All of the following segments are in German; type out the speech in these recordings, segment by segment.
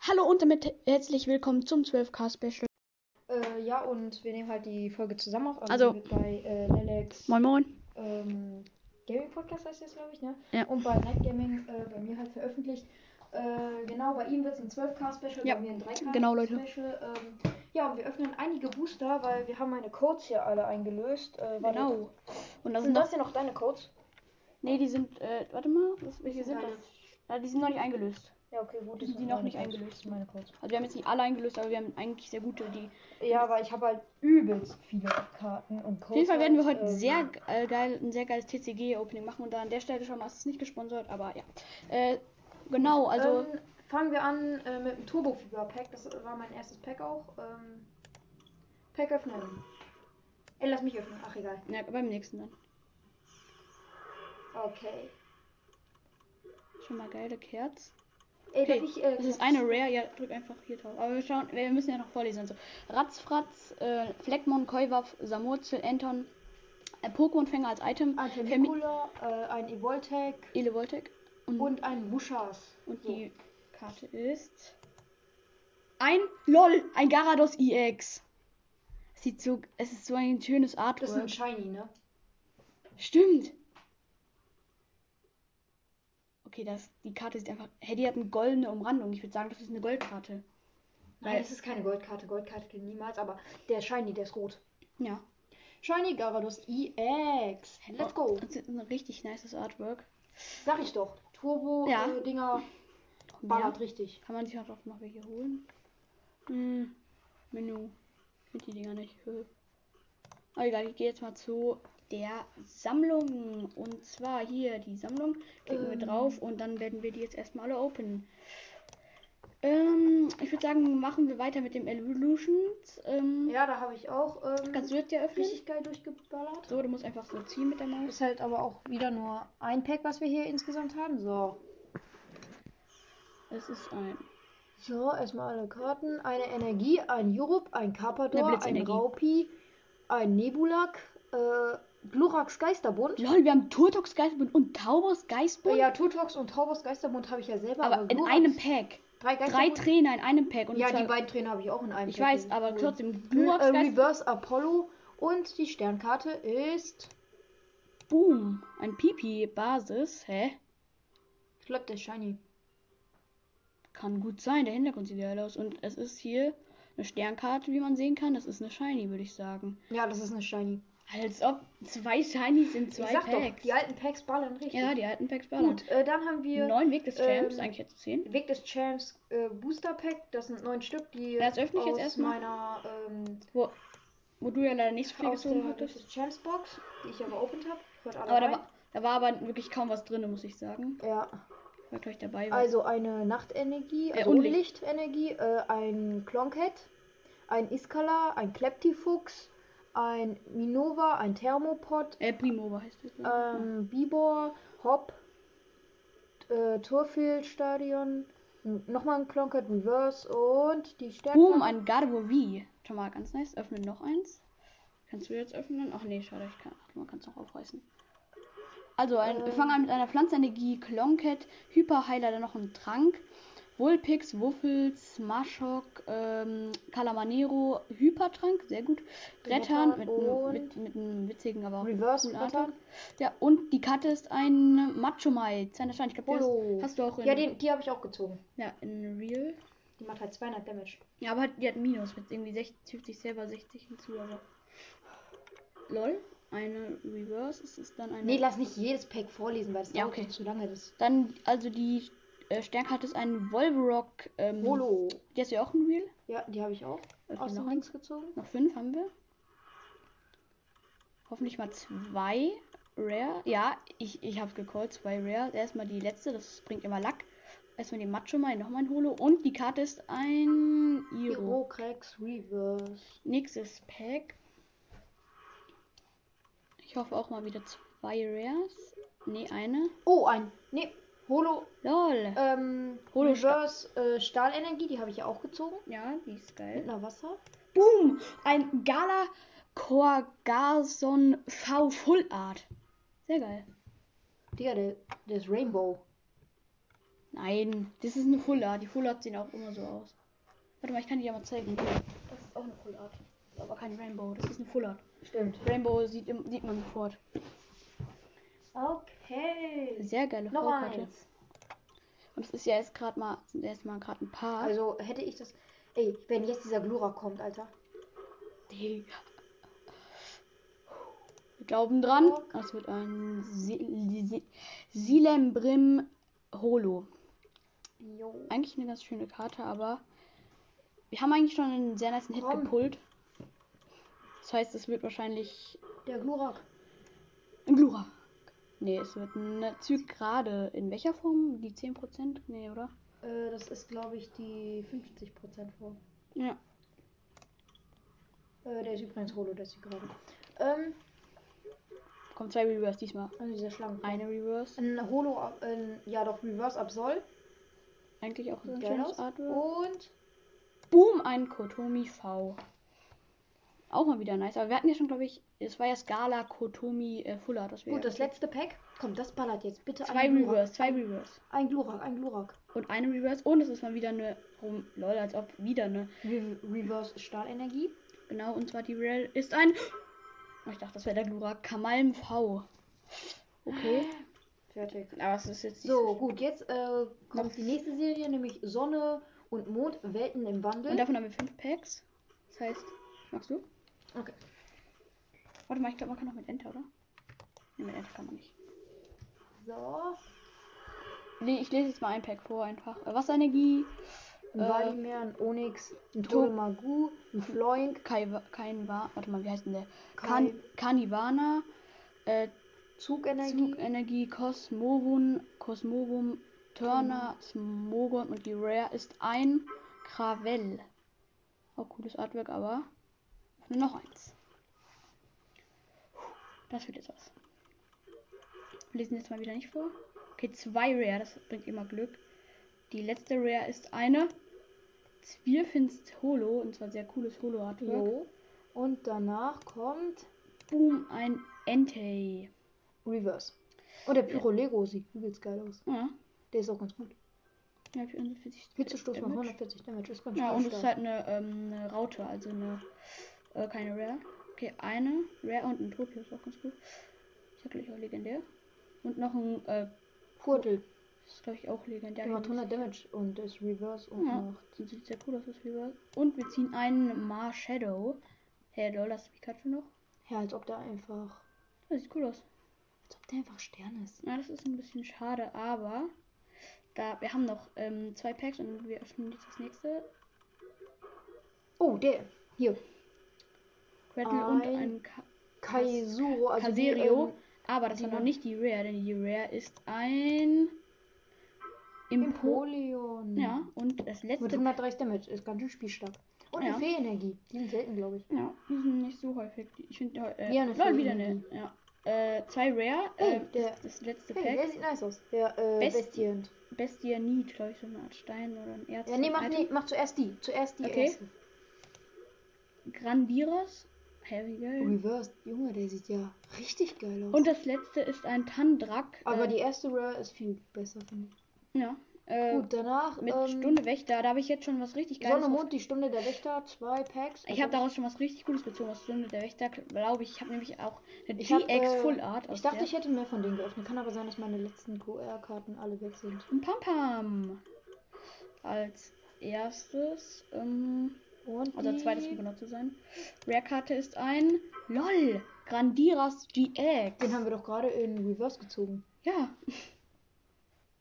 Hallo und damit herzlich willkommen zum 12K Special. Äh, ja, und wir nehmen halt die Folge zusammen auf. Also- wir sind bei äh, Lelex Moin Moin. ähm, Gaming Podcast heißt das, glaube ich, ne? Ja. Und bei Night Gaming äh, bei mir halt veröffentlicht. Äh, genau, bei ihm wird es ein 12K-Special, Ja, bei mir ein 3K-Special. genau, Leute. Ähm, ja, und wir öffnen einige Booster, weil wir haben meine Codes hier alle eingelöst. Äh, warte. Genau. Und das sind Sind das das? hier noch deine Codes? Nee, die sind, äh, warte mal, was, welche sind Deine. das? Ja, die sind noch nicht eingelöst. Ja, okay, gut. das Die sind noch meine nicht Codes. eingelöst. Das sind meine Codes. Also wir haben jetzt nicht alle eingelöst, aber wir haben eigentlich sehr gute, die. Ja, aber ich habe halt übelst viele Karten und Codes. Auf jeden Fall werden wir halt, heute ähm, sehr äh, geil, ein sehr geiles TCG-Opening machen und da an der Stelle schon mal ist es nicht gesponsert, aber ja. Äh, genau, also. ähm, fangen wir an äh, mit dem Turbo Fieber Pack. Das war mein erstes Pack auch. Ähm, Pack öffnen. Ey, lass mich öffnen. Ach, egal. ja, beim nächsten dann. Okay. Schon mal geile Kerz. Ey, Okay, darf ich, äh, Das ist eine Rare, ja, drück einfach hier drauf. Aber wir schauen, wir müssen ja noch vorlesen. So. Ratzfratz, äh, Fleckmon, Keuwaff, Samurzel, Anton, äh, Pokémon-Fänger als Item, Ein Vermi Temicula, äh, ein Evoltec Elevoltec und, und, und ein Wuschas. die Karte ist ein LOL, ein Garados EX. Sieht so, es ist so ein schönes Das ist ein Artwork. Shiny, ne? Stimmt. Okay, das, die Karte sieht einfach, hey, die hat eine goldene Umrandung. Ich würde sagen, das ist eine Goldkarte. Nein, Weil- das ist keine Goldkarte. Goldkarte geht niemals, aber der Shiny, der ist rot. Ja. Shiny Garados EX. Let's go. Das ist ein richtig nices Artwork. Sag ich doch. Turbo Ja. äh, Dinger Ja. ballert richtig. Kann man sich auch noch welche holen? Hm, Menü. Mit die Dinger nicht. Äh. Aber egal, ich gehe jetzt mal zu der Sammlung. Und zwar hier die Sammlung. Klicken Ähm. wir drauf und dann werden wir die jetzt erstmal alle open. Ähm, ich würde sagen, machen wir weiter mit dem Evolutions. Ähm, Ja, da habe ich auch ähm, Kannst du das ja öffnen? richtig geil durchgeballert. So, du musst einfach so ziehen mit der Maus. Ist halt aber auch wieder nur ein Pack, was wir hier insgesamt haben. So. Es ist ein. So, erstmal alle Karten. Eine Energie, ein Jurup, ein Eine Carpador, ein Blitzenergie. Raupi, ein Nebulak, äh, Glurax Geisterbund. Lol, wir haben Turtox Geistbund und Taubos Geistbund. Äh, ja, Totox und Taubos Geisterbund habe ich ja selber. aber in Glurax- einem Pack. Drei Drei Geisterbund. Trainer in einem Pack. Und ja, zwar- die beiden Trainer habe ich auch in einem Ich Pack. weiß, aber Cool. trotzdem, Äh, Glurax Geist, Reverse Apollo und die Sternkarte ist. Boom, ein Pipi-Basis, hä? Ich glaube, der ist Shiny. Kann gut sein, der Hintergrund sieht geil aus. Und es ist hier eine Sternkarte, wie man sehen kann. Das ist eine Shiny, würde ich sagen. Ja, das ist eine Shiny. Als ob zwei Shinies in zwei ich sag Packs. doch, die alten Packs ballern richtig. ja, die alten Packs ballern. Gut, äh, dann haben wir Neun Weg des Champs, ähm, eigentlich jetzt zehn. Weg des Champs äh, Booster Pack. Das sind neun Stück, die Das öffne ich jetzt aus erstmal. meiner ähm, Wo, wo du ja leider nicht so viel aus gezogen der Weg hattest. des Champs Box, die ich aber opened habe. Hört alle Aber da rein. war, da war aber wirklich kaum was drin, muss ich sagen. ja, Hört euch dabei was. also eine Nachtenergie, Äh, also Unlicht. Unlichtenergie, äh, ein Clonket, ein Iskala, ein Kleptifuchs, ein Minova, ein Thermopod, Äh, Primova heißt es. ne? ähm, Bibor, Hop, äh, Turfil-Stadion, nochmal ein Clonket Reverse und die Stärke. Boom, ein Garbo V. Schon mal ganz nice. Öffnen noch eins. Kannst du jetzt öffnen? Ach nee, schade, ich kann. Ach, man kann es noch aufreißen. Also, ein, wir Ähm. fangen an mit einer Pflanzenenergie, Klonket, Hyperheiler, dann noch ein Trank. Vulpix, Wuffels, Maschok, ähm, Calamanero, Hypertrank, sehr gut. Rettern Rettern mit, einem- und- mit, mit einem witzigen, aber auch Reverse coolen Return. Artwork. Ja, und die Karte ist ein Macho Mai. Seiner Stein, ich glaube, Holo. das hast du auch in, Ja, den, die habe ich auch gezogen. ja, in Real. Die macht halt 200 Damage. Ja, aber hat- die hat Minus mit irgendwie 60, 50 selber 60 hinzu, aber. Lol, eine Reverse ist es dann eine. Nee, lass nicht jedes Pack vorlesen, weil das Ja, dauert okay. zu lange. Das dann, also die äh, Sternkarte ist ein Volverock. Ähm, Holo. Die hast du ja auch ein Reel? Ja, die habe ich auch Okay, aus dem noch Links gezogen. Noch fünf haben wir. Hoffentlich mal zwei Rare. Ja, ich, ich hab's gecallt, zwei Rare. Erstmal die letzte, das bringt immer Lack. Erstmal den Macho mal, nochmal ein Holo. Und die Karte ist ein Iro. Hero-Cracks Reverse. Nächstes Pack. Ich hoffe auch mal wieder zwei Rares. Nee, eine. Oh, ein. Nee, Holo. Lol. Ähm, Holo Reverse äh, Stahlenergie, die habe ich ja auch gezogen. Ja, die ist Mit geil. einer Wasser. Boom! Ein Gala Korgason V Full Art. Sehr geil. Digga, der, der ist Rainbow. Nein, das ist eine Fuller. Die Fuller sehen auch immer so aus. Warte mal, ich kann dir ja mal zeigen. Das ist auch eine Fuller. Aber kein Rainbow. Das ist eine Fuller. Stimmt. Rainbow sieht, im- sieht man sofort. Okay. Sehr geile Noch Vollkarte. eins. Und es ist ja jetzt gerade mal, sind erst mal gerade ein paar. Also hätte ich das. Ey, wenn jetzt dieser Glura kommt, Alter. Digga. Wir glauben dran. Das wird ein Si- Si- Silembrim Holo. Jo. Eigentlich eine ganz schöne Karte, aber wir haben eigentlich schon einen sehr niceen Hit Komm. gepult. Das heißt, es wird wahrscheinlich Der Glurak. ein Glura. Nee, es wird eine Zygrade. In welcher Form? Die 10%? Nee, oder? Äh, das ist, glaube ich, die 50% Form. Ja. Äh, der ist übrigens Holo, der ist hier gerade. Ähm, Kommen zwei Reverse diesmal. also dieser Schlangen. Eine Reverse. Ein Holo, ab- ein, ja doch, Reverse Absol. Eigentlich auch ein Sieht geil schönes aus. Oh, Artwork. Und Boom, ein Kotomi V. Auch mal wieder nice. Aber wir hatten ja schon, glaube ich, es war ja Scala Kotomi äh, Fuller. Das wäre gut, das letzte Pack. Komm, das ballert jetzt. Bitte Zwei ein Glurak. Reverse, zwei Reverse. Ein Glurak, ein Glurak. Und eine Reverse. Und es ist mal wieder eine. Oh, lol, als ob wieder eine. Re Reverse Stahlenergie. Genau, und zwar die Real ist ein. Oh, Ich dachte, das wäre der Glurak. Kamalm V. Okay. Fertig. Aber es ist jetzt. nicht So, gut, jetzt äh, Noch- kommt die nächste Serie, nämlich Sonne und Mond, Welten im Und Wandel. davon haben wir fünf Packs. Das heißt. Magst du? Okay. Warte mal, ich glaube, man kann noch mit Enter, oder? Nee, mit Enter kann man nicht. So, Nee, ich lese jetzt mal ein Pack vor einfach. Äh, Wasserenergie. ein Äh, Walimir, ein Onyx, ein To- Tolemagu, ein Floink, Kai, kein war, warte mal, wie heißt denn der? Kai- Kan Kanivana, äh, Zugenergie. Zugenergie, Kosmovum, Kosmovum, Turner, Smogon und die Rare ist ein Krawell. Auch cooles Artwork, aber öffne noch eins. Das wird jetzt was. Wir lesen jetzt mal wieder nicht vor. Okay, zwei Rare, das bringt immer Glück. Die letzte Rare ist eine Zwirfinst Holo, und zwar sehr cooles Holo-Artwork. Jo. Und danach kommt Boom, ein Entei. Reverse. Und der Pyrolego sieht übelst geil aus. Ja, Der ist auch ganz gut. Ah, ja, hab ich irgendwie für dich- Hitzestoß macht Damage. 140 Damage, ist ganz Ja, und es ist stark. halt eine, ähm, eine Raute, also eine, äh, keine Rare. Okay, eine Rare und ein Topio ist auch ganz gut. Ist ja gleich auch legendär. Und noch ein, äh, Kurtel. ist glaube ich auch legendär. Der macht 100 Damage und ist Reverse und Ja. macht. Das sieht sehr cool aus, das Reverse. Und wir ziehen einen Mar Shadow. Hey, lol, hast du die Karte noch? Ja, als ob der einfach. Das sieht cool aus. Als ob der einfach Stern ist. Ja, das ist ein bisschen schade, aber da wir haben noch ähm, zwei Packs und wir öffnen jetzt das nächste. Oh, der. Hier. Cradle und Ein- ein Ka Kaisuro, also die, Caserio. ähm, aber das die war noch man- nicht die Rare, denn die Rare ist ein Impo. Empoleon. Ja, und das Mit letzte. 130 Damage, ist ganz schön spielstark. Und Ja. eine Feenenergie. Die sind selten, glaube ich. Ja, die sind nicht so häufig. Die- Ich finde äh, Ja, eine lol, wieder Fee. eine. Ja. Äh, zwei Rare. Hey, äh, Oh, der- das, das letzte Hey, der Pack. sieht nice aus. Der äh, Best- Bestient. Bestianit, glaube ich, so eine Art Stein oder ein Erz. Ja, nee, mach, Item. nee, mach zuerst die. Zuerst die Okay. erste. Grandiros. Hä, wie geil. Reverse. Junge, der sieht ja richtig geil aus. Und das letzte ist ein Tandrak. Aber äh, die erste Rare ist viel besser, finde ich. Ja. Äh, Gut, danach mit ähm, Stunde Wächter, da habe ich jetzt schon was richtig Geiles. Sonne, Mond, die Stunde der Wächter, zwei Packs. Also, Ich habe daraus schon was richtig Gutes gezogen aus Stunde der Wächter, glaube ich. Ich habe nämlich auch eine Ich GX hab, äh, Full Art. aus Ich dachte, der- ich hätte mehr von denen geöffnet. Kann aber sein, dass meine letzten QR-Karten alle weg sind. Ein Pam Pam. Als erstes, ähm, Und also die... als zweites, um genau zu sein. Rare-Karte ist ein LOL. Grandiras GX. Den haben wir doch gerade in Reverse gezogen. Ja.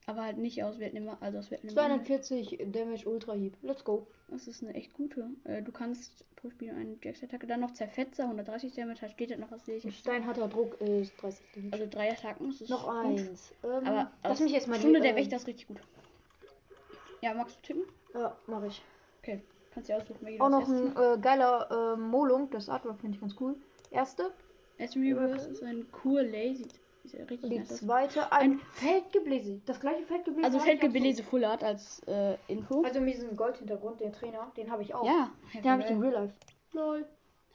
Aber halt nicht aus Vietnam, also aus Vietnam. 240 Damage Ultra Heap. Let's go. Das ist eine echt gute. Äh, du kannst pro Spiel einen Jax-Attacke, dann noch Zerfetzer, 130 Damage, da steht halt noch was, sehe ich. Ein jetzt. steinharter Druck ist 30 Damage. Also drei Attacken, das ist Noch gut. eins. Ähm, Aber lass aus mich jetzt mal die, Stunde der äh, Wächter ist richtig gut. Ja, magst du tippen? Ja, mach ich. Okay, kannst dir aussuchen, welche Auch du noch als ein erstes äh, geiler äh, Molung. Das Artwork finde ich ganz cool. Erste. machst. Ezreal Reverse ist ein cool Lazy. Ist ja richtig Die nice. aus. zweite. Ein, Feldgebläse. Das gleiche Feldgebläse. Also habe ich auch Feldgebläse Full Art als äh, so. Info. Also mit diesem Goldhintergrund, den Trainer, den habe ich auch. ja, Den habe ich in Real Life. Lol.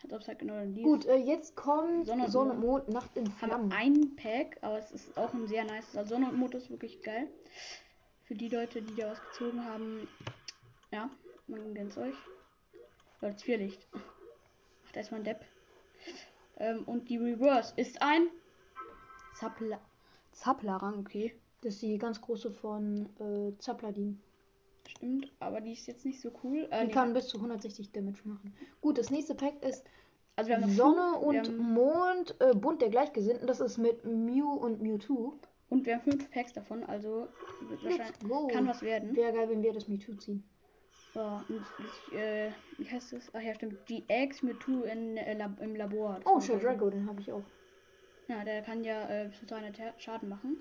Hat ob's halt genau den Deal. Gut, äh, jetzt kommt Sonne Sonne, und und Mond, Nacht in Haben Flammen. ein Pack, aber es ist auch ein sehr nice. Also Sonne und Mond ist wirklich geil. Für die Leute, die da was gezogen haben, ja, man kennt's euch. Leute, vier Licht. Macht erstmal ein Depp. Ähm, und die Reverse ist ein Zapla Zaplarang, okay. Das ist die ganz große von äh, Zapladin. Stimmt, aber die ist jetzt nicht so cool. Äh, Die nee. kann bis zu 160 Damage machen. Gut, das nächste Pack ist also wir haben noch Sonne fünf, und wir haben, Mond, äh, Bund der Gleichgesinnten. Das ist mit Mew und Mewtwo. und wir haben fünf Packs davon, also wird wahrscheinlich Let's go. kann was werden. Wäre geil, wenn wir das Mewtwo ziehen. Ja, und ich, äh, wie heißt das? Ach ja, stimmt. GX mit Two in, äh, Lab im Labor. Das Oh, war so- Shadrago, den habe ich auch. Ja, der kann ja äh, bis zu 300 Ter- Schaden machen.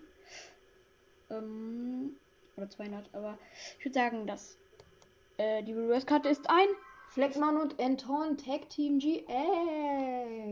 Ähm, oder 200, aber ich würde sagen, dass äh, die Reverse-Karte ist ein Fleckmann und Anton Tag Team GX.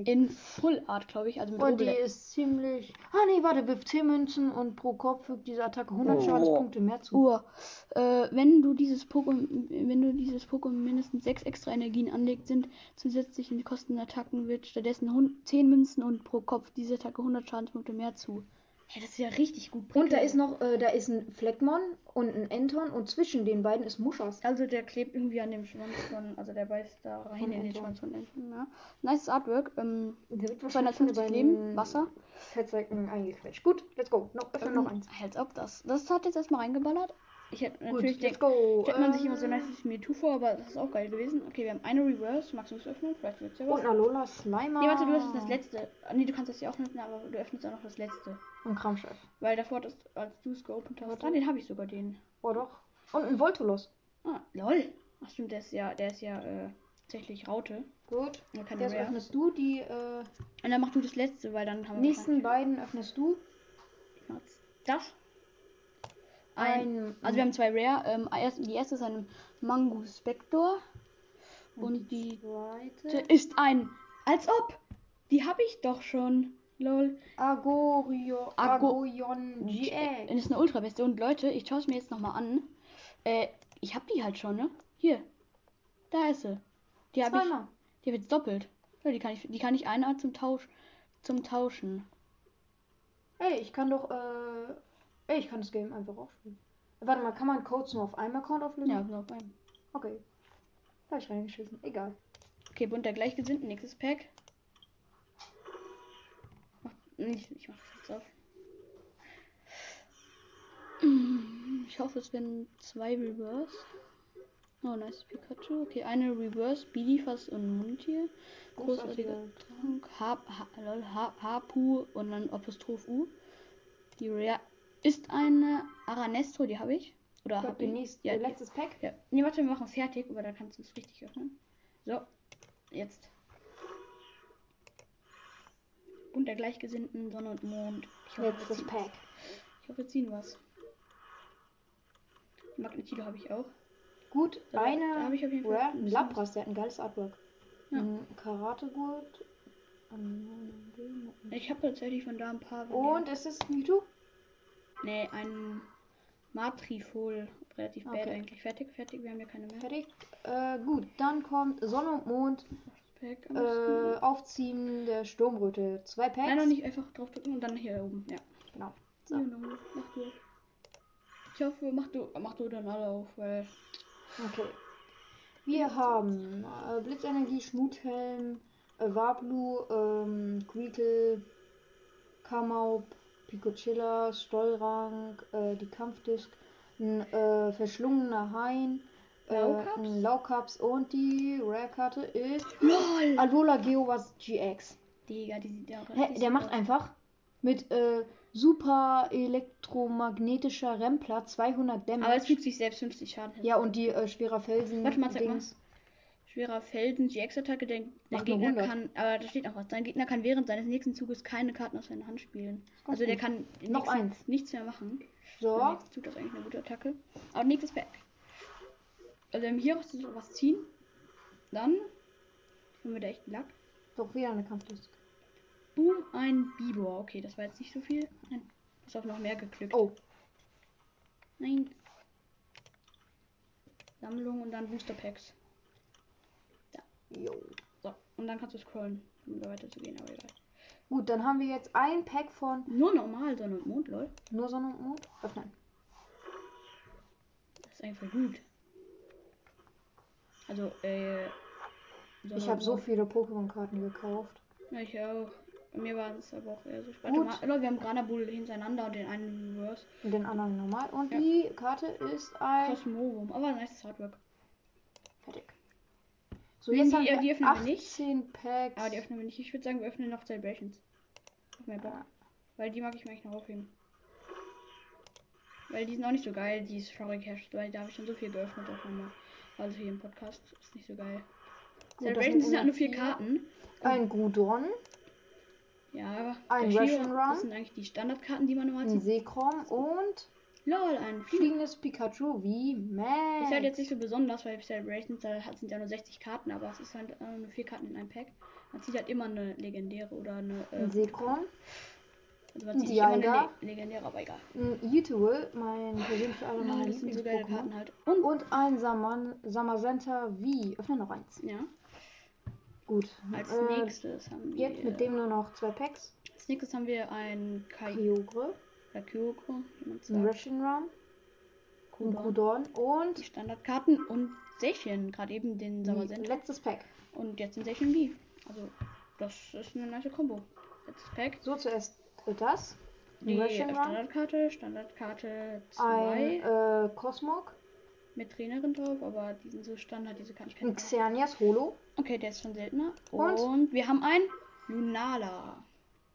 in Full Art, glaube ich. Also mit Und die Ogle- ist ziemlich. Ah, nee, warte, wirft 10 Münzen und pro Kopf fügt diese Attacke 100 Schadenspunkte mehr zu. Uhr. Äh, wenn du dieses Pokémon, wenn du dieses Pokémon mindestens sechs extra Energien anlegt, sind zusätzlich in die Kosten der Attacken wird stattdessen hun- 10 Münzen und pro Kopf diese Attacke 100 Schadenspunkte mehr zu. Hey, das ist ja richtig gut. Und da prickelnd. ist noch, äh, da ist ein Fleckmon und ein Anton und zwischen den beiden ist Muschas. also der klebt irgendwie an dem Schwanz von, also der beißt da rein in Von den Anton. Schwanz von Enten. Ja. Nice Artwork. Ähm, Der wird 250 Leben, Wasser. Fettsäcken eingequetscht. Gut, let's go. Noch, öffne noch eins. Als ob das. Das hat jetzt erstmal reingeballert. Ich hätte natürlich Gut, denkt, let's go. stellt man sich immer so Ähm, nice Mewtwo vor, aber das ist auch geil gewesen. Okay, wir haben eine Reverse. Magst du es öffnen? Vielleicht wird's ja was. Und Alola Slimer. Nee, warte, du öffnest das letzte. Ah, Nee, du kannst das ja auch öffnen, aber du öffnest auch noch das letzte. Und Kramchef. Weil davor, das, als du es geopend hast. Warte. Ah, den habe ich sogar, den. Oh doch. Und ein Voltolos. Ah, lol. Ach stimmt, der ist ja, der ist ja äh, tatsächlich Raute. Gut. Der kann Jetzt ja. öffnest du die äh, Und dann machst du das letzte, weil dann haben wir nächsten beiden öffnest du. wahrscheinlich- das. Ein, also wir haben zwei Rare. Ähm, erst- die erste ist ein Mango Spector. Und die zweite. zweite ist ein. Als ob! Die habe ich doch schon. Lol. Agorio, Ago- Agorion Äh, GX. Das ist eine Ultra-Beste. Und Leute, ich schaue es mir jetzt nochmal an. Äh, ich habe die halt schon, ne? Hier. Da ist sie. Die habe ich. Zweimal. Die wird doppelt. Ja, die kann ich, die kann ich einer zum Tausch, zum Tauschen. Ey, ich kann doch, äh, ey, ich kann das Game einfach auch spielen. Warte mal, kann man Codes nur auf einem Account auflösen? Ja, nur auf einen. Okay. Da hab ich reingeschissen. Egal. Okay, bunter Gleichgesinnten, nächstes Pack. Mach, nee, ich, ich mach das jetzt auf. Mm, Ich hoffe, es werden zwei Reverse. Oh, nice Pikachu. Okay, eine Reverse, Bidifas und Mundtier. Großartiger Großartiger Trank. Hap, ha, lol, ha, Hapu und dann Apostroph U. Die Rare ist eine Aranestro, die habe ich. Oder Ich glaub, hab die ich? nächste, Ja, die- äh, letztes Pack. ja. Nee, warte, wir machen fertig, aber dann kannst du es richtig öffnen. So, jetzt. Bund der Gleichgesinnten, Sonne und Mond. Ich hoffe, wir Letztes ziehen, Pack. ich hoffe, wir ziehen was. Magnetilo habe ich auch. Gut, Da- da eine habe ich auf jeden Fall Rare ein bisschen Lapras, der hat ein geiles Artwork. Mhm, Ja. Ein Karategurt. ein- Ich habe tatsächlich von da ein paar. von Und denen. es ist Mewtwo. Nee, ein Matrifol. Relativ bad Okay. eigentlich. Fertig, fertig, wir haben ja keine mehr. Fertig. Äh, gut, dann kommt Sonne und Mond. Pack am besten. Äh, Aufziehen der Sturmröte. Zwei Packs. Nein, noch nicht einfach draufdrücken und dann hier oben. Ja. Genau. So. So. Mach du. Ich hoffe, mach du, mach du dann alle auf, weil. Okay. Wir haben äh, Blitzenergie, Schmuthelm, äh, Wablu, ähm, Greatle, Kamaup, Picochilla, Stollrang, äh, die Kampfdisk, ein äh, verschlungener Hain, äh, Laukaps? ein Laukaps und die Rare-Karte ist LOL! Alola Geovas GX. Digga, die sieht ja auch Hä, der macht einfach mit äh, super elektromagnetischer Rempler 200 Damage. Aber es fügt sich selbst 50 Schaden hin. ja, und die äh, schwerer Felsen. Warte mal, zeig mal. Dings. Schwerer Felsen, GX-Attacke, dein, dein Macht nur Gegner 100. kann. Aber da steht auch was. Dein Gegner kann während seines nächsten Zuges keine Karten aus seiner Hand spielen. kommt Also der gut. kann Noch nichts, eins. nichts mehr machen. So. Beim nächsten Zug, das ist eigentlich eine gute Attacke. Aber nächstes Pack. Also wenn wir hier noch was ziehen, dann haben wir da echt Lack. Doch wieder eine Kampflust. Boom, ein Bibor. Okay, das war jetzt nicht so viel. Nein, ist auch noch mehr geglückt. Oh, Nein. Sammlung und dann Booster Packs. jo. So, und dann kannst du scrollen, um da weiter zu gehen, aber egal. Gut, dann haben wir jetzt ein Pack von Nur normal Sonne und Mond, lol. nur Sonne und Mond. Öffnen. eigentlich voll gut. Also, äh. Ich habe genau. so viele Pokémon-Karten gekauft. Ja, ich auch. Bei mir war es aber auch eher so Spaß. Warte Gut. mal, Leute, wir haben Granabul hintereinander und den einen Reverse. Und den anderen normal. Und Ja. die Karte ist ein. Cosmovum. Aber ein nice Artwork. Fertig. So, Nee, jetzt die- haben wir die öffnen wir nicht. 18 Packs. Aber die öffnen wir nicht. Ich würde sagen, wir öffnen noch Celebrations. Auf mehr Bock. Ja. Weil die mag ich mir eigentlich noch aufheben. Weil die sind auch nicht so geil, die ist traurig herrscht, weil da habe ich schon so viel geöffnet auf einmal. Also hier im Podcast ist nicht so geil. Gut, das Celebrations sind ja immer nur vier Karten. Ein Gudron, Ja, aber Ein Gashiro, Russian Run. das sind eigentlich die Standardkarten, die man normal ein zieht. Seekrom und LOL, ein Fliegen. fliegendes Pikachu wie Ist halt Max. jetzt nicht so besonders, weil Celebrations da hat- sind ja nur 60 Karten, aber es ist halt äh, nur vier Karten in einem Pack. Man zieht halt immer eine legendäre oder eine. Äh, Ein Seekrom, also man zieht nicht immer Dialga. eine Le legendäre, aber egal. ein Yutuel, mein persönlicher einer meiner Lol, das sind so geile Lieblings-Pokémon. Karten halt. Und. Und ein Saman Samazenta wie. Öffne noch eins. Ja, Gut. als Äh, nächstes haben wir. Jetzt mit dem nur noch zwei Packs. Als nächstes haben wir ein Kai Kyogre, oder Kyoko, wie man ein sagt. Reshinram, ein Kudon. Gudon Die und Standardkarten und Sechen, gerade eben den die- Samazenta. letztes Pack. Und jetzt den Sechen B. Also, das ist eine nice Kombo. Letztes Pack. So, zuerst das. Ein Die Reshinram, Standardkarte, Standardkarte 2 ein äh, Cosmog, mit Trainerin drauf, aber diesen so Standard, diese kann ich ein kennen. Xerneas Holo. Okay, der ist schon seltener. Und, Und? wir haben ein Lunala.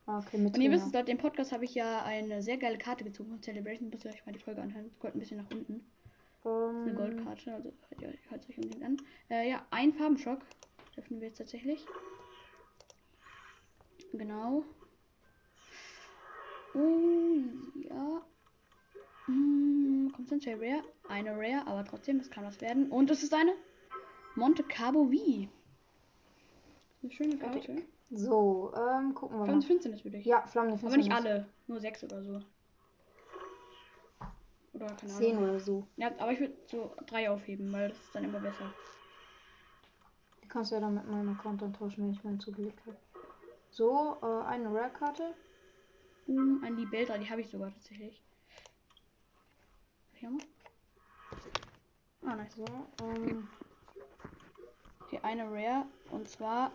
Ah, Okay, mit Und ihr wisst Trainer. es, laut dem Podcast habe ich ja eine sehr geile Karte gezogen von Celebration. Müsst ihr euch mal die Folge anhören. Scrollt ein bisschen nach unten. Das ist eine Ähm, Goldkarte, also hört, ihr, hört euch unbedingt an. Äh, ja, ein Farbenschock. Öffnen wir jetzt tatsächlich. Genau. Oh, ja. Hm, kommt sonst eine Rare? Eine Rare, aber trotzdem, es kann was werden. Und es ist eine Monte Carlo V. Eine schöne Karte. So, ähm, gucken wir Ganz mal. finsternis würde ich. Ja, Flammen aber nicht alle. Nur sechs oder so. Oder keine Ahnung. Zehn oder so. Ja, aber ich würde so drei aufheben, weil das ist dann immer besser. Die kannst du ja dann mit meinem Account dann tauschen, wenn ich meinen zugelegt habe. So, äh, eine Rare-Karte. Boom, Hm, an die Bilder, die habe ich sogar tatsächlich. Hab ich auch mal? Ah, nice. So, ähm, Okay, eine Rare und zwar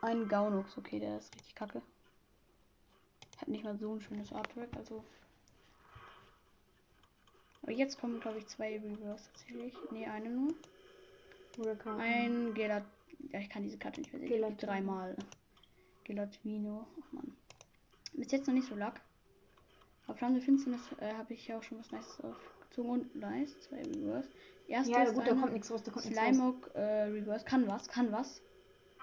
ein Gaunux. Okay, der ist richtig kacke. Hat nicht mal so ein schönes Artwork, also. Aber jetzt kommen, glaube ich, zwei Reverse tatsächlich. Nee, eine nur. Rare-Karten. Ein Gelat. Ja, ich kann diese Karte nicht mehr sehen. Ich hab die Gelatino. Dreimal. Gelatino. Ach man. Bis jetzt noch nicht so lack. Aber Flamme der Finsternis äh, habe ich ja auch schon was Nices aufgezogen. Und nice. Zwei Reverse. Erste Ja, ist gut, da eine kommt nichts raus, da kommt nichts raus. Slimog äh, Reverse. Kann was, kann was.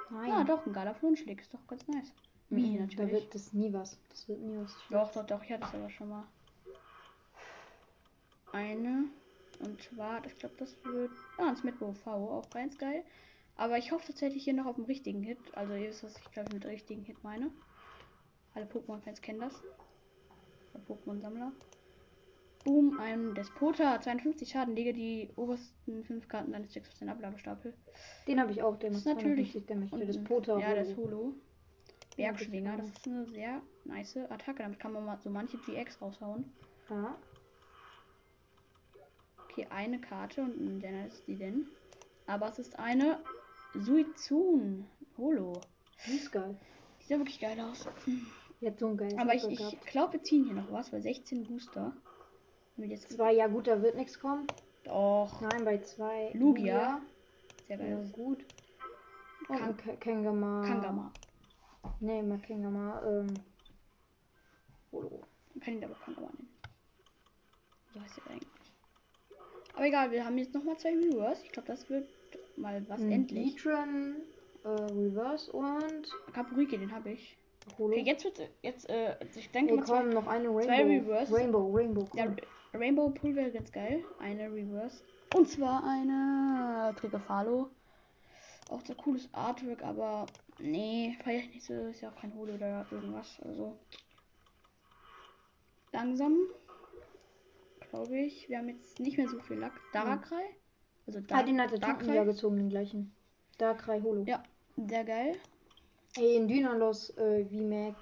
Nein, Ja, ah, doch, ein Galaflonschläg. Ist doch ganz nice. Wie, Mhm, Da natürlich. wird das nie was. Das wird nie was. Doch, doch, doch. Ich hatte es aber schon mal. Eine. Und zwar, ich glaube, das wird. Ah, ein Smetbo V. Auch ganz geil. Aber ich hoffe tatsächlich hier noch auf den richtigen Hit. Also, ihr wisst, was ich glaube, ich mit richtigen Hit meine. Alle Pokémon-Fans kennen das. Alle Pokémon-Sammler. Boom, ein Despota. 52 Schaden. Lege die obersten 5 Karten deines Decks auf den Ablagestapel. Den habe ich auch, der Das macht ist natürlich 250 Damage. Der unten. Despoter. Ja, das Holo. Holo. Bergschwinger, Ja, das ist eine sehr nice Attacke. Damit kann man mal so manche GX raushauen. Ja. Okay, eine Karte und dann ist die denn. Aber es ist eine Suizun Holo. Die ist geil. Die sah wirklich geil aus. Die hat so ein geiles Aber ich, Artwork ich Mhm. gehabt. glaube, wir ziehen hier noch was, weil 16 Booster. Wenn wir jetzt. Zwei, ja gut, da wird nichts kommen. Och, Nein, bei zwei. Lugia. Oh. sehr Lugia. Ja, geil. gut. Und Kan- ein K- Kangama. Kangama. Nee, mal Kangama. Ähm. Holo. Man kann ihn aber Kangama nennen. So heißt er eigentlich. Aber egal, wir haben jetzt nochmal zwei Viewers. Ich glaube, das wird mal was Ein endlich. Beedrin, äh, Reverse und Kapuriki, den habe ich. Holo. Okay, jetzt wird jetzt äh, also ich denke nee, mal zwei, komm, noch eine Rainbow. zwei Reverses. Rainbow, Rainbow. Komm. ja, Rainbow Pool wäre ganz geil, eine Reverse und zwar eine Trigafalo. Auch sehr cooles Artwork, aber nee, feier ich nicht so, ist ja auch kein Holo oder irgendwas, also langsam glaube ich, wir haben jetzt nicht mehr so viel Lack. Darakrai, also Dar ah, den hat der Tanken wieder Darkrai, gezogen, den gleichen. Darkrai Holo. ja, sehr geil. Ey, ein Dynalos äh, VMAX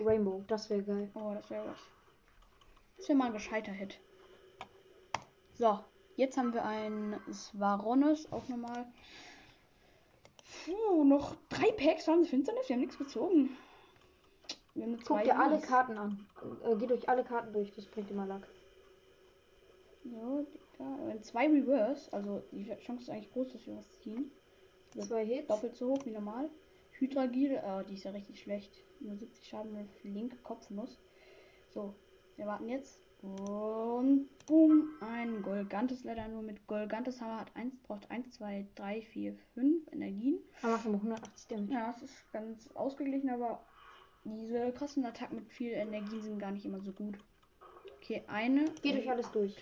Rainbow. Das wäre geil. Oh, das wäre was. Das wäre mal ein gescheiter Hit. So, Jetzt haben wir ein Svaronis, auch nochmal. Puh, noch drei Packs waren Finsternis, wir haben nichts gezogen. Wir haben nur Guck zwei dir alle Unis. Karten an. Äh, geh durch alle Karten durch, das bringt immer Lack. So, Digga. Äh, Zwei Reverse, also die Chance ist eigentlich groß, dass wir was ziehen. Ja. Zwei Hits. Doppelt so hoch wie normal. Hydragil, äh, die ist ja richtig schlecht. Nur 70 Schaden mit linke Kopfnuss. So, wir warten jetzt. Und boom, ein Golgantes leider nur mit Golgantes Hammer hat 1, braucht 1, 2, 3, 4, 5 Energien. Da machst du mal 180 Damage. Ja, es ist ganz ausgeglichen, aber diese krassen Attacken mit viel Energie sind gar nicht immer so gut. Okay, eine. Geh durch alles durch.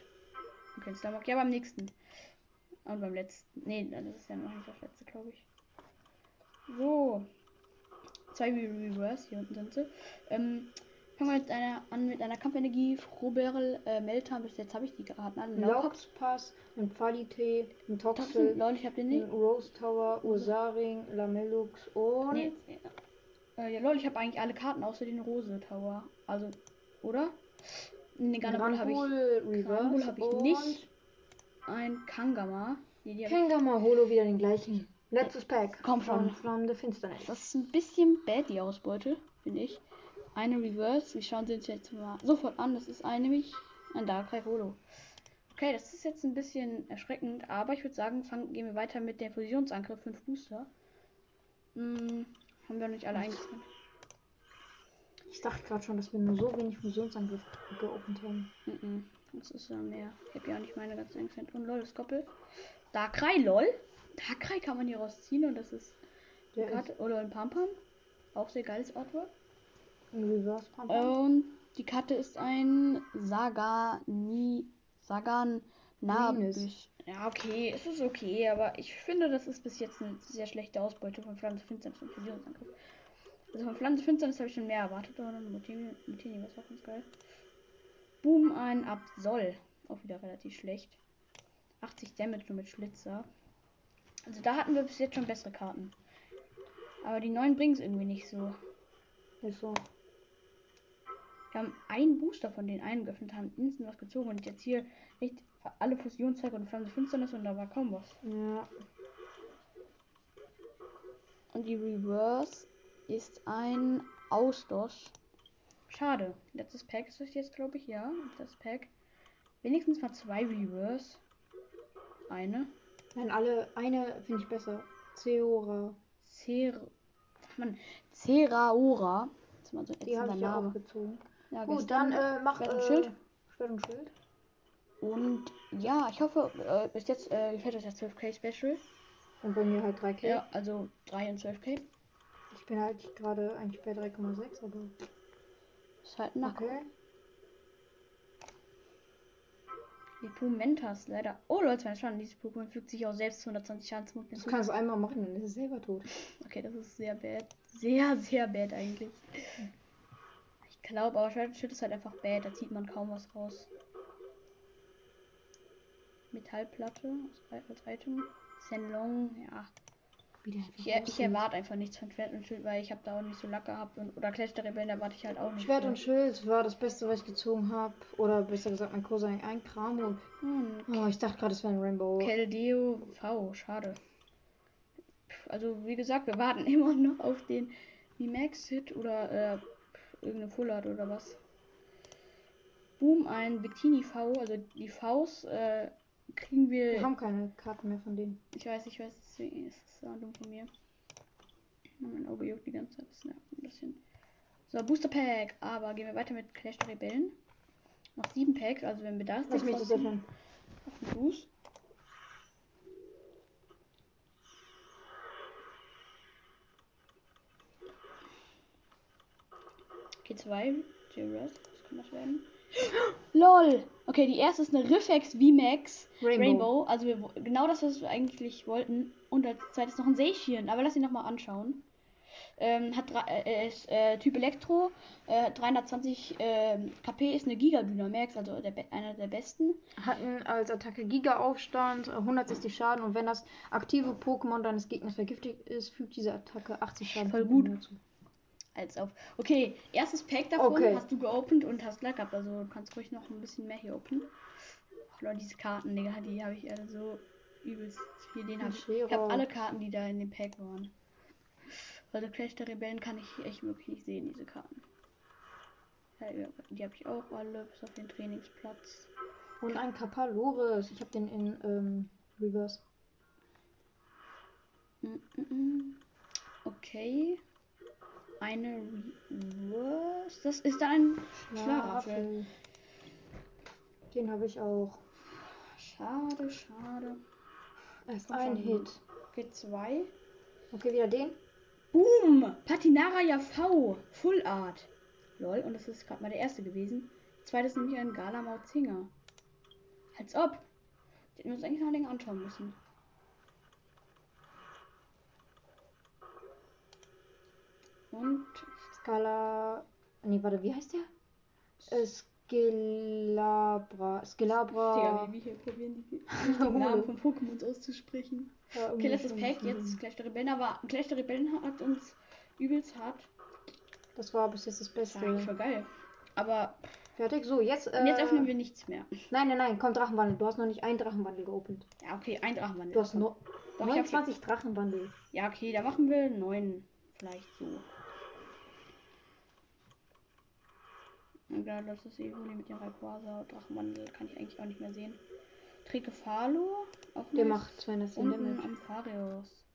Okay, Slamlock. Ja, beim nächsten. Und beim letzten. Nee, das ist ja noch nicht das letzte, glaube ich. So. Zwei Re- Reverse, hier unten sind sie. Ähm, fangen wir mit einer an mit einer Kampfenergie. Frohberyl, äh, Meltan, bis jetzt habe ich die Karten alle. Lauch- Lockpass, ein Qualität, ein Toxel, Toxel, lol, ich habe den nicht. ein Rose Tower, Ursaring, Lamellux und. Nee. Äh, ja, lol, ich habe eigentlich alle Karten außer den Rose Tower. Also, oder? Nee, Garnabul habe ich. Granbull Reverse hab ich und nicht. Ein Kangama. Nee, die hab ich- Kengama Holo wieder den gleichen. Letztes Pack. Komm schon. Von Flammen der Finsternis. Das ist ein bisschen bad, die Ausbeute, finde ich. Eine Reverse, wir schauen sie uns jetzt mal sofort an. Das ist ein, nämlich ein Darkrai Holo. Okay, das ist jetzt ein bisschen erschreckend, aber ich würde sagen, fangen, gehen wir weiter mit der Fusionsangriff 5 Booster. Hm, haben wir noch nicht alle eingesammelt. Ich dachte gerade schon, dass wir nur so wenig Fusionsangriff geopend haben. Mhm, das ist ja mehr. Ich habe ja auch nicht meine ganzen eingesammelt. Und lol, das Koppel. Darkrai, lol. Darkrai kann man hier rausziehen und das ist Der ist Karte, oder ein Pampam. Auch sehr geiles Artwork. ein Reverse Panther. Und Ähm, die Karte ist ein Sagani. Sagan Nabis. Grünes. Ja, okay, es ist okay, aber ich finde, das ist bis jetzt eine sehr schlechte Ausbeute von Pflanzenfinsternis und Fusionsangriff. Also von Pflanzenfinsternis habe ich schon mehr erwartet, aber dann Mutini, Mutini war auch ganz geil. Boom, ein Absol. Auch wieder relativ schlecht. 80 Damage nur mit Schlitzer. Also da hatten wir bis jetzt schon bessere Karten. Aber die neuen bringen es irgendwie nicht so. Ist so. Wir haben einen Booster von den einen geöffnet, haben instant was gezogen und jetzt hier nicht alle Fusionszeuge und Pflanze Finsternis und da war kaum was. Ja. Und die Reverse ist ein Austausch. Schade. Letztes Pack ist das jetzt, glaube ich, ja. Das Pack. Wenigstens mal zwei Reverse. Eine. Nein, alle. Eine finde ich besser. Ceora. Cer. Mann. Ceraora. Das ist mal so ein Die habe ätzender ich ja auch Name. gezogen. Ja, Gut, gestern. dann äh, mach. Schwert und äh, Schild. Schwert und Schild. Und ja, ich hoffe, äh, bis jetzt äh, gefällt euch das 12K Special. Und bei mir halt 3K. Ja, also 3 und 12K. Ich bin halt gerade eigentlich bei 3,6, aber. Ist halt ein Nacke. Okay. Die Pumentas leider. Oh Leute, mein Schaden. Dieses Pokémon fügt sich auch selbst zu 120 Schaden zum Gegner Du zu. kannst es einmal machen, dann ist es selber tot. Okay, das ist sehr bad. Sehr, sehr bad eigentlich. Ich glaube, aber Schwert und Schild ist halt einfach bad. Da zieht man kaum was raus. Metallplatte als, als Item. Senlong, ja. Wieder Ich, er- ich erwarte einfach nichts von Schwert und Schild, weil ich habe da auch nicht so Lack gehabt. Und, oder Clash der Rebellen erwarte ich halt auch nicht. Schwert viel. und Schild war das Beste, was ich gezogen habe. Oder besser gesagt, mein Cousin ein Kram und. Hm, Oh, ich dachte gerade, es wäre ein Rainbow. Keldeo V, schade. Pff, Also wie gesagt, wir warten immer noch auf den V-Max-Hit oder äh, pff, irgendeine Fullard oder was. Boom, ein Bikini V, also die Vs äh, kriegen wir. Wir haben keine Karten mehr von denen. Ich weiß, ich weiß, deswegen ist es so dumm von mir. Mein Auge juckt die ganze Zeit, das nervt ein bisschen. So, Booster Pack, aber gehen wir weiter mit Clash der Rebellen. Noch sieben Packs, also wenn wir das Lass mich das öffnen. auf den Fuß. Okay, zwei. Jiras, was kann das werden? LOL! Okay, die erste ist eine Riffex VMAX Rainbow. Rainbow. Also wir, wo- genau das, was wir eigentlich wollten. Und als zweites noch ein Seeschirn. Aber lass ihn nochmal anschauen. Ähm, hat drei- äh, äh, ist, äh, Typ Elektro, äh, 320 ähm, KP, ist eine Giga-Dynamax, also der, be- einer der besten. Hatten als Attacke Giga-Aufstand, äh, 160 Schaden und wenn das aktive Pokémon deines Gegners vergiftet ist, fügt diese Attacke 80 Schaden. Voll Pokémon gut. zu. als auf. Okay, erstes Pack davon Okay. hast du geopend und hast Glück gehabt, also du kannst ruhig noch ein bisschen mehr hier openen. Lol, diese Karten, Digga, die habe ich alle so übelst viel. Den Ein hab ich. Ich habe Schwero. alle Karten, die da in dem Pack waren. Also Clash der Rebellen kann ich echt wirklich nicht sehen, diese Karten. Ja, ja, die habe ich auch alle, bis auf den Trainingsplatz. Und ein Kapalores. Ich habe den in ähm, Reverse. Mm, mm, mm. Okay. Eine Reverse. Das ist ein Schlafel. Schlafel. Den habe ich auch. Schade, schade. Erst Kommt ein schon. Hit. G2. Okay, wieder den. Boom! Patinara V. Full Art. Lol, und das ist gerade mal der erste gewesen. Zweites nämlich ein Gala Mauzinger. Als ob. Die hätten wir uns eigentlich noch länger anschauen müssen. Und Skala. Nee, warte, wie heißt der? Äh, Skelabra. Skelabra. Digga, wie wir hier probieren, die den Namen von Pokémons auszusprechen. Ja, irgendwie Okay, letztes schon Pack, schlimm. jetzt Clash der Rebellen, aber Clash der Rebellen hat uns übelst hart. Das war bis jetzt das Das war eigentlich Beste. voll geil. Aber Fertig, so, jetzt. Äh, und jetzt öffnen wir nichts mehr. Nein, nein, nein, komm, Drachenwandel. Du hast noch nicht einen Drachenwandel geopend. Ja, okay, ein Drachenwandel. Du hast no Doch, ich hab schon- 29 Drachenwandel. Ja, okay, da machen wir neun. Vielleicht so. Und da läuft das eben mit dem Rayquaza. Drachenwandel kann ich eigentlich auch nicht mehr sehen. Trikefalo. Auch Der nicht. macht 210 Unten Damage. am Farius.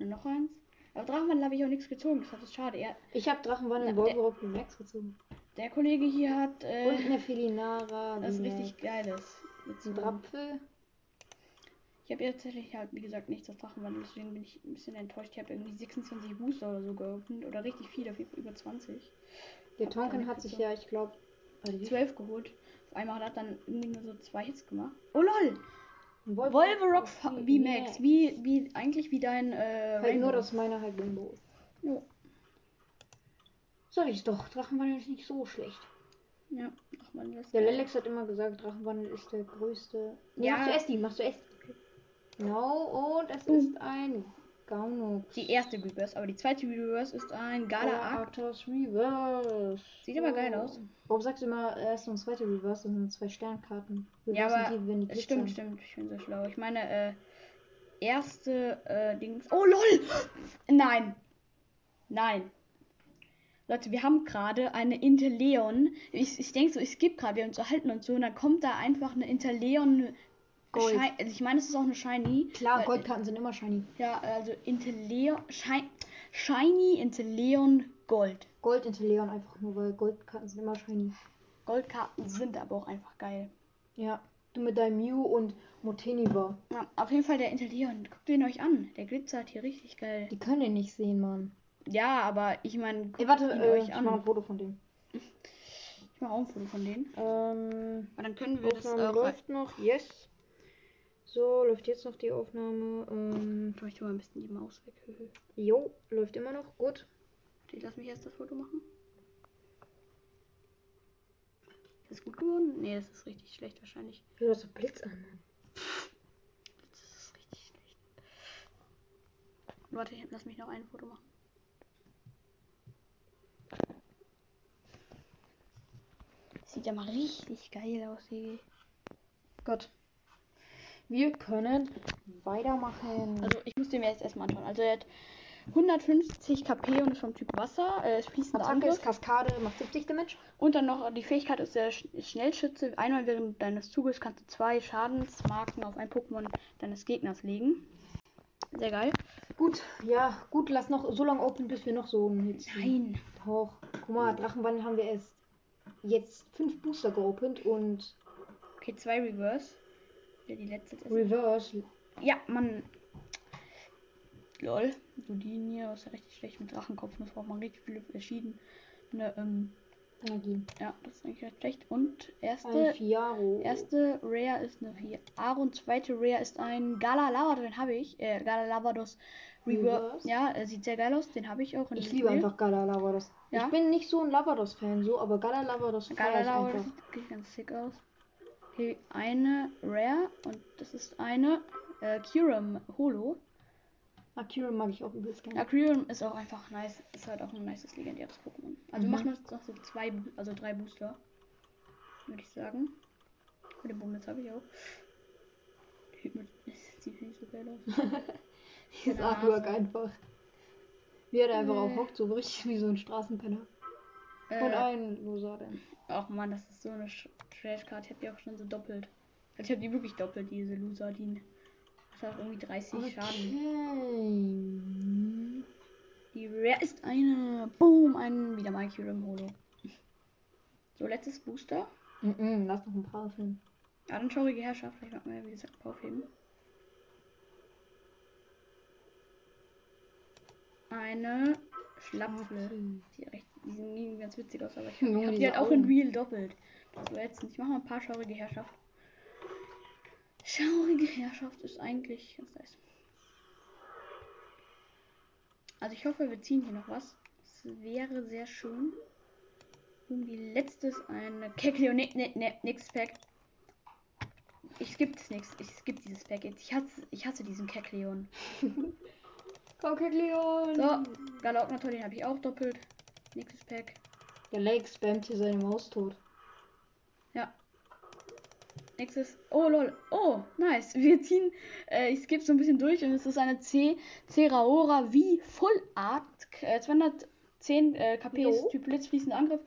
Noch eins. Aber Drachenwandel habe ich auch nichts gezogen. Das ist schade. Er, Ich habe Drachenwandel Na, der- Wolverop mit Max gezogen. der Kollege hier hat. Äh, Und eine Felinara. Das ist Bimax. richtig geiles. Mit Ein Drapfel. Ich habe ja tatsächlich halt, wie gesagt, nichts auf Drachenwandel, deswegen bin ich ein bisschen enttäuscht. Ich habe irgendwie 26 Booster oder so geöffnet oder richtig viel, auf jeden Fall über 20. Der Hab Tonkin keine hat sich Kugel. ja, ich glaube. 12 geholt. Auf einmal hat er dann irgendwie nur so zwei Hits gemacht. Oh lol! Wolver Volverock V-Max, wie, wie, eigentlich wie dein, äh, Oh, Halt nur, dass meiner halt Bimbo ist. Jo. Sag ich doch, Drachenwandel ist nicht so schlecht. Ja, ach man, das ist Der geil. Lelex hat immer gesagt, Drachenwandel ist der größte. Nee, Ja. Hm. Machst du erst die, machst du erst. Genau, und es ist ein Gaunok. Die erste Reverse, aber die zweite Reverse ist ein Gala Arc. Galactus Reverse. Sieht aber geil aus. Warum sagst du immer äh, erste und zweite Reverse? Das sind zwei Sternkarten. Ja, Reversen aber die, wenn die Es Stimmt, glitzern. stimmt, ich bin so schlau. Ich meine, äh, erste äh, Dings. Oh lol! Nein! Nein! Leute, wir haben gerade eine Interleon. Ich, ich denke so, ich skippe gerade, wir unterhalten uns so und dann kommt da einfach eine Interleon. Gold. Shine- Also ich meine, es ist auch eine Shiny. Klar, Weil- Goldkarten sind immer shiny. Ja, also Interleon. Shi Shiny Interleon Gold. Gold in Leon einfach nur, weil Goldkarten sind immer shiny. Goldkarten sind aber auch einfach geil. Ja. Du mit deinem Mew und Moteniba. Ja, auf jeden Fall der Interleon. Guckt den euch an. Der glitzert hier richtig geil. Die können den nicht sehen, Mann. Ja, aber ich meine, guckt Ey, warte, ihn äh, euch ich an. mache ein Foto von dem. Ich mache auch ein Foto von denen. Ähm, Und dann können wir das Aufnahme auch. läuft noch, yes. So, läuft jetzt noch die Aufnahme. Ähm, Ich tue mal ein bisschen die Maus weg. jo, läuft immer noch, gut. Ich lass mich erst das Foto machen. Ist das gut geworden? Nee, das ist richtig schlecht wahrscheinlich. Ja, das ist Blitz an, Mann. Das ist richtig schlecht. Warte, lass mich noch ein Foto machen. Sieht ja mal richtig geil aus, Hege. Gott. Wir können weitermachen. Also ich muss den mir jetzt erstmal anschauen. Also er hat 150 KP und ist vom Typ Wasser. Äh, fließender Attacke Angriff. ist Kaskade, macht 70 Damage. Und dann noch die Fähigkeit ist der Sch Schnellschütze. Einmal während deines Zuges kannst du zwei Schadensmarken auf ein Pokémon deines Gegners legen. Sehr geil. Gut, ja, gut, lass noch so lange open, bis wir noch so einen Hit sehen. Nein. Doch, guck mal, Drachenwandel haben wir erst jetzt fünf Booster geopend und Okay, zwei Reverse. Ja, die letzte ist. Reverse. Ja, Mann. Lol. So die Linie ist ja richtig schlecht mit Drachenkopf. Das braucht man richtig viele verschiedene. Ähm, Energie. ja, das ist eigentlich recht schlecht. Und Ein erste. Fiaro. Erste Rare ist eine 4 und zweite Rare ist ein Gala Lavados, den habe ich. Äh, Gala Lavados Reverse. Reverse. Ja, äh, sieht sehr geil aus, den habe ich auch. in Ich dem liebe Spiel. einfach Gala Lavados. Ja? Ich bin nicht so ein Lavados-Fan, so, aber Gala Lavados Gala feier ich Lavados einfach. sieht ganz sick aus. Okay, eine Rare und das ist eine äh, Kyurem Holo. Akira mag ich auch übelst Ja, gerne. Kyurem ist auch einfach nice. Ist halt auch ein nices legendäres Pokémon. Also Mhm. machen wir jetzt noch so zwei, Bo- also drei Booster. Würde ich sagen. Und den Bummels habe ich auch. Der Typ mit- Sieht nicht so geil aus. Dieses Keine Artwork Ahnung. einfach. Wie er da einfach Nee. auch hockt, so richtig wie so ein Straßenpenner. Und Äh, ein loser denn. ach man, das ist so eine Sch- Trashcard. Ich habe die auch schon so doppelt. Also ich habe die wirklich doppelt, diese Loser. Die das hat irgendwie 30 Schaden. Okay. Die Rare ist eine. Boom, ein wieder mal Kyurem Holo. So, letztes Booster. Mhm, lass noch ein paar filmen. Ja, dann schaurige Herrschaft. Vielleicht machen wir ja, wie gesagt, ein paar aufheben. Eine Schlapfle. Die, recht, die sehen ganz witzig aus, aber ich Junge, habe hab die diese halt auch in Augen. Real doppelt. Das war jetzt nicht. Ich mache mal ein paar schaurige Herrschaft. Schaurige Herrschaft ist eigentlich ganz nice. Also ich hoffe, wir ziehen hier noch was. Das wäre sehr schön. Und die letzte ist eine Kekleo. Ne, ne, ne, nix Pack. Ich skipp das nix. Ich skipp dieses Pack jetzt. Ich hasse, ich hasse diesen Kekleon. Komm, Kick Leon! So, Galaugnator, den habe ich auch doppelt. Nächstes Pack. Der Lake spammt hier seine Maus tot. Ja. Nächstes. Oh lol. Oh, nice. Wir ziehen. Äh, ich skippe so ein bisschen durch und es ist eine C. Ceraora wie Vollart. Äh, 210 äh, KP ist Jo. Typ Blitzfließender Angriff.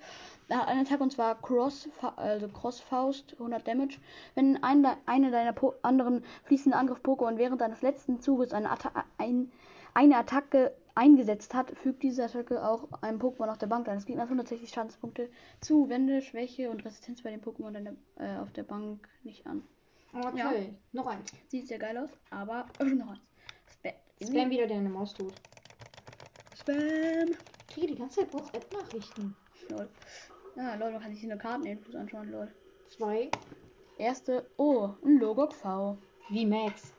Äh, ein Attack und zwar Cross, also Crossfaust, 100 Damage. Wenn ein, de- eine deiner po anderen fließenden Angriff Pokémon während deines letzten Zuges eine, Atta ein, eine Attacke eingesetzt hat, fügt diese Attacke auch einem Pokémon auf der Bank deines Gegners 160 Schadenspunkte zu. Wende Schwäche und Resistenz bei dem Pokémon deiner, äh, auf der Bank nicht an. Okay, noch eins. Sieht sehr geil aus, aber oh, noch eins. Spam. Spam wieder deine Maus tot. Spam. Ich kriege die ganze Zeit WhatsApp-Nachrichten. Lol. Ah, lol, man kann sich hier nur Karteninfos anschauen, lol. Zwei. Erste, oh, ein Logok V. Wie Max.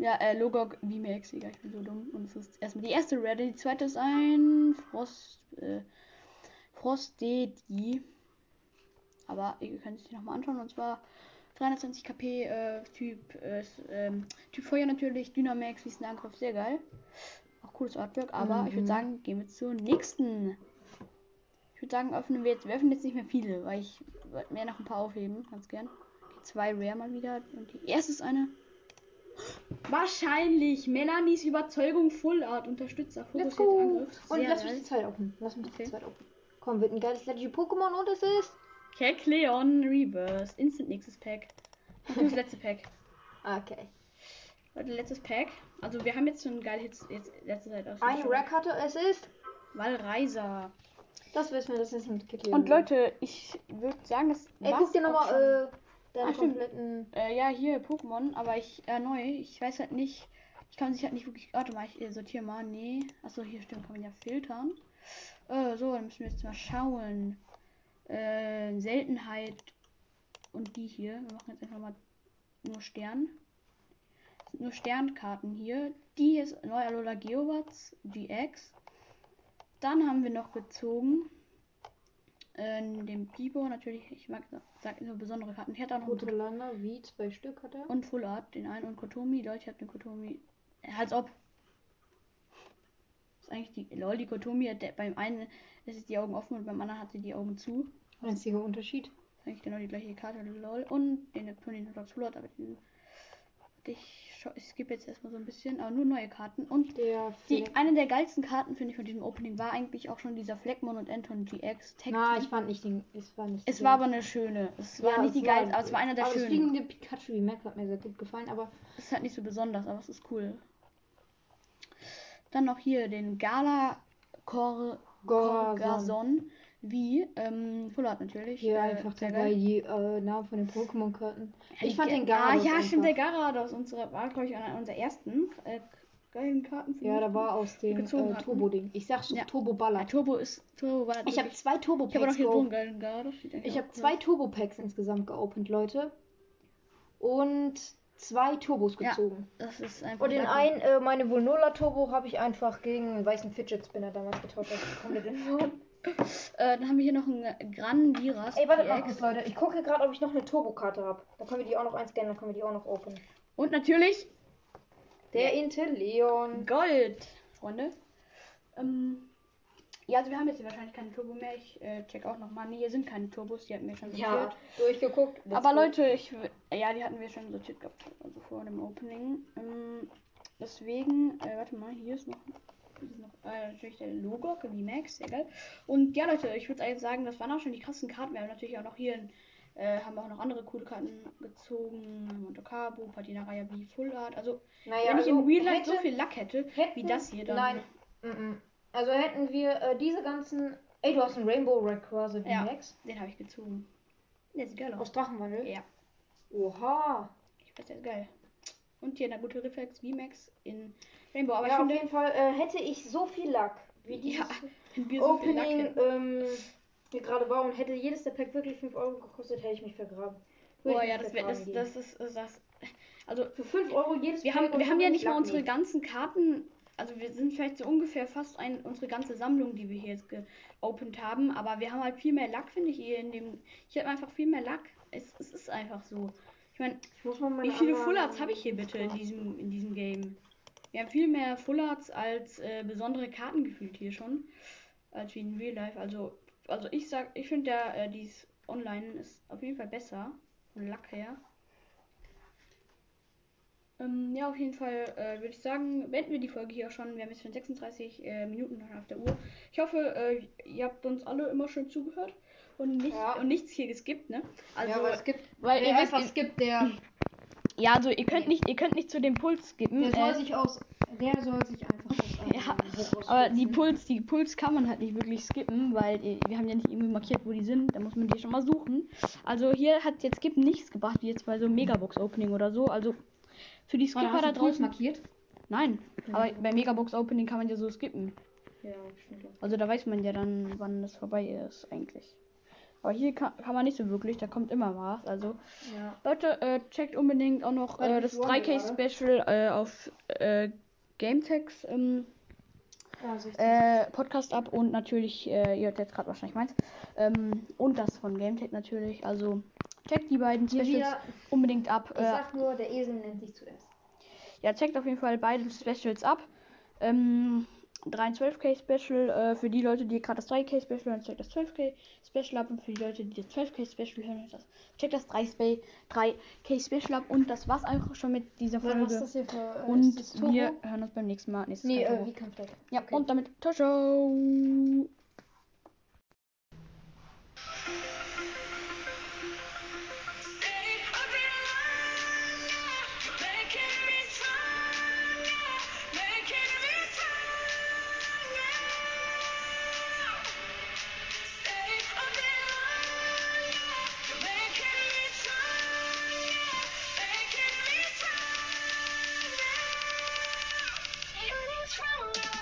Ja, äh, Logok VMAX, egal, ich bin so dumm. Und es ist erstmal die erste Rare, die zweite ist ein Frost, äh, Frostedi. Aber ihr könnt es euch nochmal anschauen und zwar 320 KP, äh, Typ, äh, s- ähm, Typ Feuer natürlich, Dynamax, wie ist ein Angriff, sehr geil. Auch cooles Artwork, aber ich Mhm. würde sagen, gehen wir zur nächsten. Ich würde sagen, öffnen wir jetzt, wir öffnen jetzt nicht mehr viele, weil ich wollte mir noch ein paar aufheben, ganz gern. Okay, zwei Rare mal wieder und die erste ist eine. Wahrscheinlich Melanies Überzeugung Full Art Unterstützer Let's fokussierter go. Angriff. Und Sehr lass geil. mich die zweite offen. Lass mich Okay. die zweite offen. Komm, wird ein geiles Legendary Pokémon und es ist. Kekleon Reverse. Instant nächstes Pack. Und das letzte Pack. Ah, Okay. Leute, letztes Pack. Also wir haben jetzt schon geile Hits jetzt letzte Zeit aus. Eine Rack hatte es ist. Valreiser. Das wissen wir, das ist mit Kick Und Leute, ich würde sagen, das Ey, war's guck dir auch schon. nochmal äh, deine Ah, stimmt. kompletten. Äh, ja, hier Pokémon, aber ich äh, neu. Ich weiß halt nicht. Ich kann sich halt nicht wirklich. Warte mal, ich äh, sortiere mal. Nee. Achso, hier stimmt, kann man ja filtern. Äh, so, dann müssen wir jetzt mal schauen. Äh, Seltenheit und die hier. Wir machen jetzt einfach mal nur Stern. Es sind nur Sternkarten hier. Die hier ist neu Alola Geowatz, GX. Dann haben wir noch gezogen. Äh, den Pibo natürlich. Ich mag sag nur besondere Karten. Ich hatte auch noch einen Gute Lande, wie zwei Stück hat er. und Full Art, den einen und Kotomi. Leute, ich hab den Kotomi. Äh, Als ob. Ist eigentlich die. Lol, die Kotomi hat der, beim einen ist es die Augen offen und beim anderen hat sie die Augen zu. Einziger Unterschied. Ist eigentlich genau die gleiche Karte, lol. Und den Neptunin hat auch Full Art, aber den. Ich, schau- ich skippe jetzt erstmal so ein bisschen, aber nur neue Karten. Und Der die, Fleck. eine der geilsten Karten, finde ich, von diesem Opening war eigentlich auch schon dieser Fleckmon und Anton GX Tag Na, Team. ich fand nicht den. Es war nicht Es den- war aber eine schöne. Es war Ja, nicht die geilste, aber es war einer der aber Das schönen. fliegende Pikachu, wie Mac hat mir sehr gut gefallen, aber Ist halt nicht so besonders, aber es ist cool. Dann noch hier den Gala Cor Gorgason. Corgason. Wie? Ähm, Full Art natürlich. Hier äh, einfach sehr dabei die äh, Namen von den Pokémon-Karten. Ich fand den Ah, Garados ja, stimmt, der einfach. Garados. Unsere, war, glaube ich, einer unserer ersten äh, geilen Karten. für Ja, mich. da war aus dem Gezogen äh, hatten. Turbo-Ding. Ich sag schon Ja. Turbo-Baller. Ah, Turbo ist. Turbo war. Ich habe zwei ich hab auch noch Turbo-Packs hier so einen geopend. geilen Garados. sieht eigentlich Ich auch habe cool zwei aus. Turbo-Packs insgesamt geopend, Leute. Und zwei Turbos Ja. gezogen. Das ist einfach. Und den lecker. einen, äh, meine Volnola-Turbo, habe ich einfach gegen einen weißen Fidget-Spinner damals getauscht. als ich komplett in- Äh, dann haben wir hier noch einen Grandiras. Ey, wartet mal TX. kurz, Leute. Ich gucke gerade, ob ich noch eine Turbo-Karte habe. Dann können wir die auch noch einscannen, dann können wir die auch noch openen. Und natürlich Der Intellion. Gold, Freunde. Ähm, ja, also wir haben jetzt hier wahrscheinlich keine Turbo mehr. Ich äh, check auch nochmal. Nee, hier sind keine Turbos, die hatten wir schon sortiert. durchgeguckt. Aber Leute, ich, w- Ja, die hatten wir schon sortiert gehabt, also vor dem Opening. Ähm, deswegen, äh, warte mal, hier ist noch, hier ist noch äh, natürlich der Logok, wie Max, sehr geil. Und ja, Leute, ich würde eigentlich sagen, das waren auch schon die krassen Karten. Wir haben natürlich auch noch hier, ein- äh, haben auch noch andere coole Karten gezogen. Monte Carlo, Patinaraya, wie Full Art. Also, Naja, wenn ich also in Real Life hätte- so viel Lack hätte, hätten, wie das hier, dann... Nein. mhm. Also hätten wir äh, diese ganzen. Ey, du hast einen Rainbow Red Cursor Ja. Max. Den habe ich gezogen. Der sieht geil aus. Aus Drachenwandel. Ja, Oha. ich weiß, der ist geil. Und hier eine gute Reflex V-Max in Rainbow. Aber ja, auf ich jeden Fall äh, hätte ich so viel Lack wie finde, dieses ja, wenn wir so viel Lack Opening hätten. ähm, hier gerade war und hätte jedes der Pack wirklich 5 Euro gekostet, hätte ich mich vergraben. Würde Boah, ich ja, mich das, wär, das, vergraben das ist äh, das. Also, gehen. Für 5 Euro jedes wir Pack haben, und wir haben ja dann nicht mal Lack unsere nehmen. ganzen Karten. Also, wir sind vielleicht so ungefähr fast ein, unsere ganze Sammlung, die wir hier jetzt geopend haben. Aber wir haben halt viel mehr Lack, finde ich. Hier in dem, ich habe einfach viel mehr Lack. Es, es ist einfach so. Ich meine, Ich muss mal meine Wie viele anderen- Full Arts habe ich hier bitte in diesem, in diesem Game? Wir haben viel mehr Full Arts als äh, besondere Karten gefühlt hier schon. Als wie in Real Life. Also, also ich sag, ich finde ja, äh, dies online ist auf jeden Fall besser. Von Lack her. Ähm, ja, auf jeden Fall äh, würde ich sagen, beenden wir die Folge hier auch schon. Wir haben jetzt schon 36 äh, Minuten noch auf der Uhr. Ich hoffe, äh, ihr habt uns alle immer schön zugehört und, nicht, Ja. und nichts hier geskippt, ne? Also, ja, weil es gibt, weil wer ihr wisst, einfach skippt, der, ja, also ihr könnt nicht, ihr könnt nicht zu dem Puls skippen. der soll Äh, sich aus, der soll sich einfach aus einem Ja, Buch aussuchen. aber die Puls, die Puls kann man halt nicht wirklich skippen, weil äh, wir haben ja nicht irgendwie markiert, wo die sind. Da muss man die schon mal suchen. Also hier hat jetzt Skip nichts gebracht, wie jetzt bei so Megabox Opening oder so. Also für die Warte, Skipper hast da du Puls draußen. markiert? Nein, aber bei Megabox Opening kann man ja so skippen. Ja, stimmt. Also da weiß man ja dann, wann das vorbei ist eigentlich. Aber hier kann, kann man nicht so wirklich, da kommt immer was. Also Ja. Leute, äh, checkt unbedingt auch noch Warte, äh, ich das schwor mir 3K-Special äh, auf äh, GameTex ähm, Ja, 16. äh, Podcast ab und natürlich, äh, ihr hört jetzt gerade wahrscheinlich meins, ähm, und das von GameTech natürlich. Also checkt die beiden Hier Specials wieder- unbedingt ab. Ich Äh, sag nur, der Esel nennt sich zuerst. ja, checkt auf jeden Fall beide Specials ab. Ähm, 312k Special äh, für die Leute, die gerade das 3k Special hören, checkt das 12k Special ab und für die Leute, die das 12k Special hören, hört das, checkt das 3 3k Special ab und das war's einfach schon mit dieser Warte, was ist Folge. das hier für. äh, Und ist das Turbo? wir hören uns beim nächsten Mal. Nächstes Nee, Mal. äh, wie kommt das? ja, und damit, ciao, ciao. From you.